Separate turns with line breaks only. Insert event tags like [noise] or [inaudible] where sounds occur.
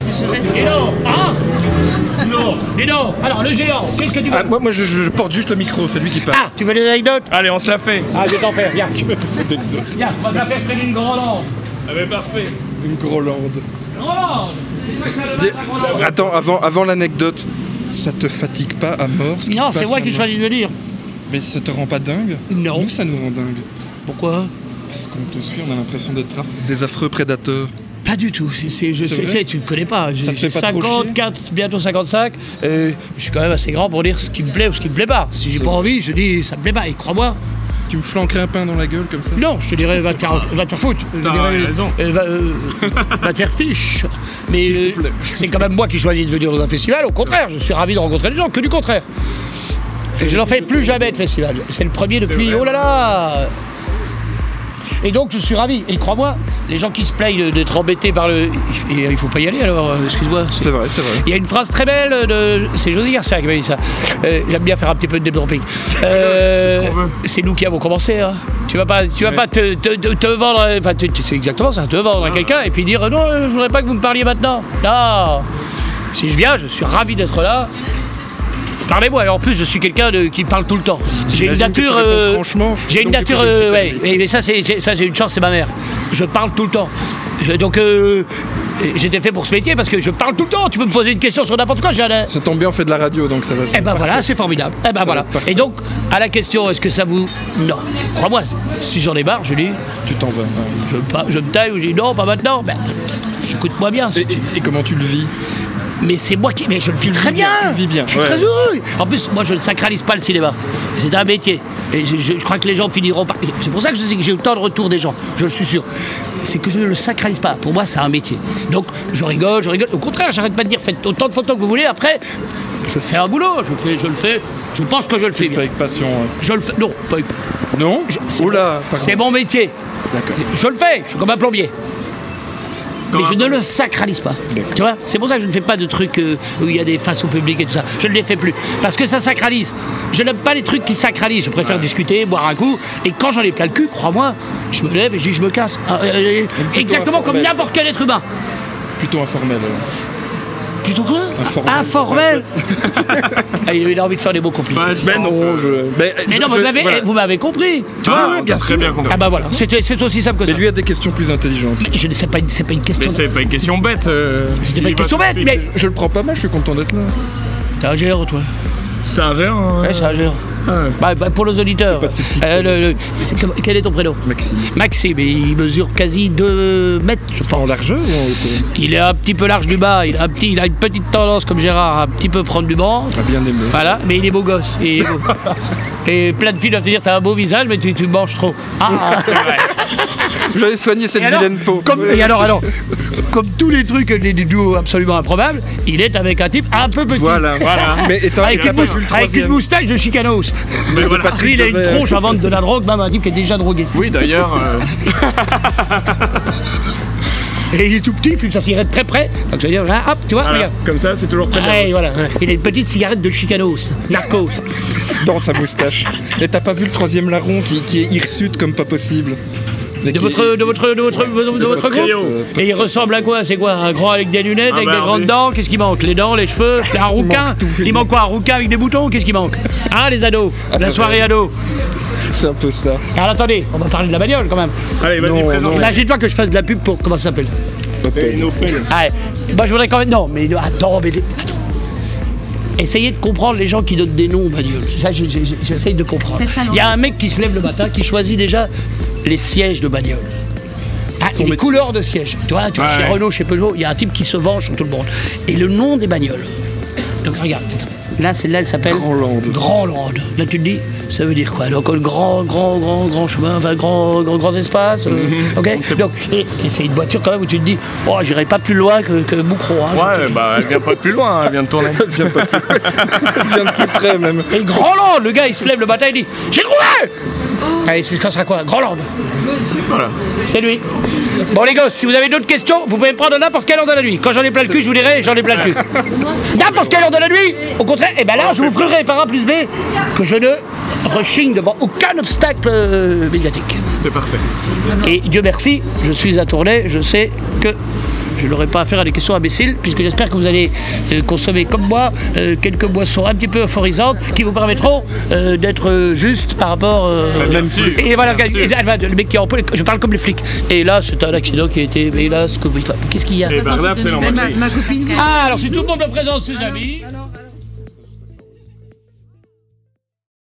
Je reste.
Dis donc, hein
Non
Dis donc Alors, le géant, qu'est-ce que tu veux
Ah, moi, moi je, je porte juste le micro, c'est lui qui parle.
Ah, tu veux des anecdotes
Allez, on se la fait.
Ah, je vais t'en faire, viens.
C'était une, note.
Viens, on va te la faire près d'une Groenland.
Ah, mais parfait.
une Grolande.
Groenland
Dis- Attends, avant, avant l'anecdote, ça te fatigue pas à mort ce qui
Non,
se
c'est
passe
moi
là,
qui
non
choisis de le dire.
Mais ça te rend pas dingue
Non.
Nous, ça nous rend dingue.
Pourquoi
Parce qu'on te suit, on a l'impression d'être des affreux prédateurs.
Pas du tout. C'est, c'est- je,
C'est
c'est-
vrai
c'est- tu ne connais pas. J'ai
Ça te fait
j'ai
pas trop
54, bientôt 55. euh, je suis quand même assez grand pour dire ce qui me plaît ou ce qui me plaît pas. Si j'ai pas envie, je dis ça me plaît pas. Et crois-moi,
Tu me flanquerais un pain dans la gueule comme ça
[laughs] non, je te dirais va te faire, va te faire foutre. Je
T'as
dirais,
raison.
euh, va, euh, va te faire fiche. Mais
S'il te
euh,
plaît.
c'est quand même moi qui choisis de venir dans un festival. Au contraire, je suis ravi de rencontrer les gens, que du contraire. Et je n'en fais plus jamais de festival. C'est le premier depuis.
vrai.
Oh là là Et donc je suis ravi. Et crois-moi, les gens qui se plaignent d'être embêtés par le. Il il faut pas y aller alors, euh, excuse-moi.
C'est vrai, c'est vrai.
Il y a une phrase très belle de. C'est José Garcia qui m'a dit ça. Euh, J'aime bien faire un petit peu de développing. Euh, c'est nous qui avons commencé. hein. Tu vas pas, tu vas pas te, te- te- te vendre. euh, Enfin, tu- tu- c'est exactement ça, te vendre à
Ah.
quelqu'un et puis dire euh, non, euh, je voudrais pas que vous me parliez maintenant. Non. Si je viens, je suis ravi d'être là. Parlez-moi. Et en plus, je suis quelqu'un de- qui parle tout le temps. J'ai une
J'imagine que tu
nature. euh,
réponds franchement,
J'ai une
donc
nature.
tu peux
euh,
rester
ouais, mais, mais ça, c'est, c'est- ça, j'ai une chance, c'est ma mère. Je parle tout le temps. Je- donc, euh, j'étais fait pour ce métier parce que je parle tout le temps. Tu peux me poser une question sur n'importe quoi, j'ai un-
Ça tombe bien, on fait de la radio, donc ça va.
Eh ben voilà, c'est formidable. Eh ben voilà.
va parfait.
Et donc, à la question, est-ce que ça vous. Non. Crois-moi, si j'en ai marre, je dis,
Tu t'en vas. ouais.
je, me pa- je me taille ou je dis non, pas maintenant. Ben, écoute-moi bien. si tu-
Et comment tu le vis
Mais c'est moi qui. Mais je le vis très bien.
tu le vis bien.
Je suis
Ouais.
très heureux. En plus, moi, je ne sacralise pas le cinéma. C'est un métier. Et je, je- je crois que les gens finiront par. C'est pour ça que je sais que j'ai eu tant de retours des gens. Je le suis sûr. C'est que je ne le sacralise pas. Pour moi, c'est un métier. Donc, je rigole, je rigole. Au contraire, j'arrête pas de dire faites autant de photos que vous voulez. Après, je fais un boulot. Je fais, je le fais. Je pense que je le fais
C'est
Eh bien.
avec passion. ouais.
Je le fais. Non, pas.
Non
je- c'est
Oh là
mon-
par
C'est
contre.
mon métier.
D'accord.
Je le fais. Je suis comme un plombier. Mais je ne le sacralise pas. Tu vois C'est pour ça que je ne fais pas de trucs euh, où il y a des faces au public et tout ça. Je ne les fais plus. Parce que ça sacralise. Je n'aime pas les trucs qui sacralisent. Je préfère discuter, boire un coup. Et quand j'en ai plein le cul, crois-moi, je me lève et je dis je me casse. Ah, euh, euh, exactement comme
informel.
n'importe quel être humain.
Plutôt informel. alors.
Plutôt quoi
Informel.
Informel. [laughs] Ah, il a envie de faire des mots compliqués.
Bah, je-
Ben non, je. ben,
Mais
je-
non, mais vous
je-
m'avez-
voilà.
vous m'avez compris. Tu
Ah,
vois
on t'a très bien compris.
Ah bah voilà, c'est c'est aussi simple que ça.
Mais lui a des questions plus intelligentes.
Je ne sais pas, c'est pas une
Mais
question.
c'est pas une question bête. euh,
C'est
il
pas
y
une
va
question
tout de
bête,
suite.
mais.
Je le prends pas mal, je suis content d'être là.
T'es un géant, toi.
C'est un géant. hein.
Ouais, c'est un géant.
Ouais.
Eh, Bah, bah, pour les auditeurs,
pas si petit que
euh, le- le- c'est comme- quel est ton prénom
Maxime.
Maxime, et il mesure quasi 2 mètres, je
En
pense.
largeur ou en hauteur
Il est un petit peu large du bas, il a, un petit, il a une petite tendance, comme Gérard, à un petit peu prendre du ventre.
T'as Ah, bien aimé.
Voilà, mais il est beau gosse. Et, il
[laughs]
est beau. et plein de filles doivent te dire T'as un beau visage, mais tu, tu manges trop. Ah, ah.
J'avais soigné cette
Et alors,
vilaine peau.
comme, et alors,
[laughs]
alors, comme tous les trucs, les duos absolument improbables, il est avec un type un peu petit.
Voilà. Ah,
Voilà.
Mais étant
Avec,
qu'il a
une,
pas
mous- avec
vu le
une
troisième.
moustache de Chicanos.
Mais voilà.
Lui, il a une
Devers.
tronche à vendre de la drogue, même un type qui est déjà drogué.
Oui, d'ailleurs. euh,
Ah,
Et il est tout petit, il fume sa cigarette très près. Donc je veux dire, là, hop, tu vois,
voilà.
regarde.
Comme ça, c'est toujours très bien.
Ouais, voilà. ouais. Il a une petite cigarette de Chicanos, Narcos.
dans sa moustache. Et t'as pas vu le troisième larron qui, qui est hirsute comme pas possible Mais
De
qui-
votre, de votre, de votre, de votre
votre
groupe
trio.
Et il ressemble à quoi C'est quoi Un grand avec des lunettes,
Un
avec des
barbu.
grandes dents Qu'est-ce qui manque Les dents, les cheveux Un rouquin
manque tout.
Il manque quoi Un rouquin avec des boutons Qu'est-ce qui manque Hein, les ados La soirée ado
C'est un peu ça.
Alors attendez, on va parler de la bagnole quand même.
Allez, vas-y,
Non,
présente.
non.
Imagine-toi que je fasse de la pub pour. Comment ça s'appelle
Opel.
Ah, moi je voudrais quand même. Non, mais attends, mais. Attends. Essayez de comprendre les gens qui donnent des noms, Manuel. Ça, je- je- je- j'essaye de comprendre.
C'est ça, non
Il y a un mec qui se lève le matin, qui choisit déjà les sièges de bagnole. Ah, et les
métier.
couleurs de sièges. Tu vois, tu vois,
Ouais,
chez
ouais.
Renault, chez Peugeot, il y a un type qui se venge sur tout le monde. Et le nom des bagnoles. Donc regarde, attends. là, celle-là, elle s'appelle
Grandland.
Grandland. Là, tu te dis, ça veut dire quoi Donc, un grand, grand, grand, grand chemin, enfin, grand, grand, grand espace. euh, ok Donc, et, et c'est une voiture quand même où tu te dis, oh, j'irai pas plus loin que, que Boucron. hein.
Ouais, bah, elle vient pas de plus loin, elle vient de tourner.
Viens pas plus Viens de plus près même.
Et Grandland, le gars, il se lève le matin, il dit, j'ai trouvé Allez, c'est ce sera quoi Grandland.
Voilà.
C'est lui. Bon, les gosses, si vous avez d'autres questions, vous pouvez me prendre n'importe quelle heure de la nuit. Quand j'en ai plein le cul, je vous dirai, j'en ai plein le cul. N'importe quelle heure de la nuit Au contraire, et ben là, je vous prouverai par A plus B que je ne rechigne devant aucun obstacle euh, médiatique.
C'est parfait.
Et Dieu merci, je suis à tourner, je sais que je n'aurai pas affaire à des questions imbéciles, puisque j'espère que vous allez euh, consommer comme moi euh, quelques boissons un petit peu euphorisantes qui vous permettront euh, d'être euh, juste par rapport. euh,
Ah, Bien sûr.
et voilà,
Bien sûr.
et- ah, bah, le mec qui est en pôle- je parle comme les flics. Et là, c'est un accident qui a été. Mais hélas, que- qu'est-ce qu'il y a
Eh ben, là, c'est normal.
ma, ma copine.
Ah, alors si tout le monde me présente ses amis.
Alors, euh,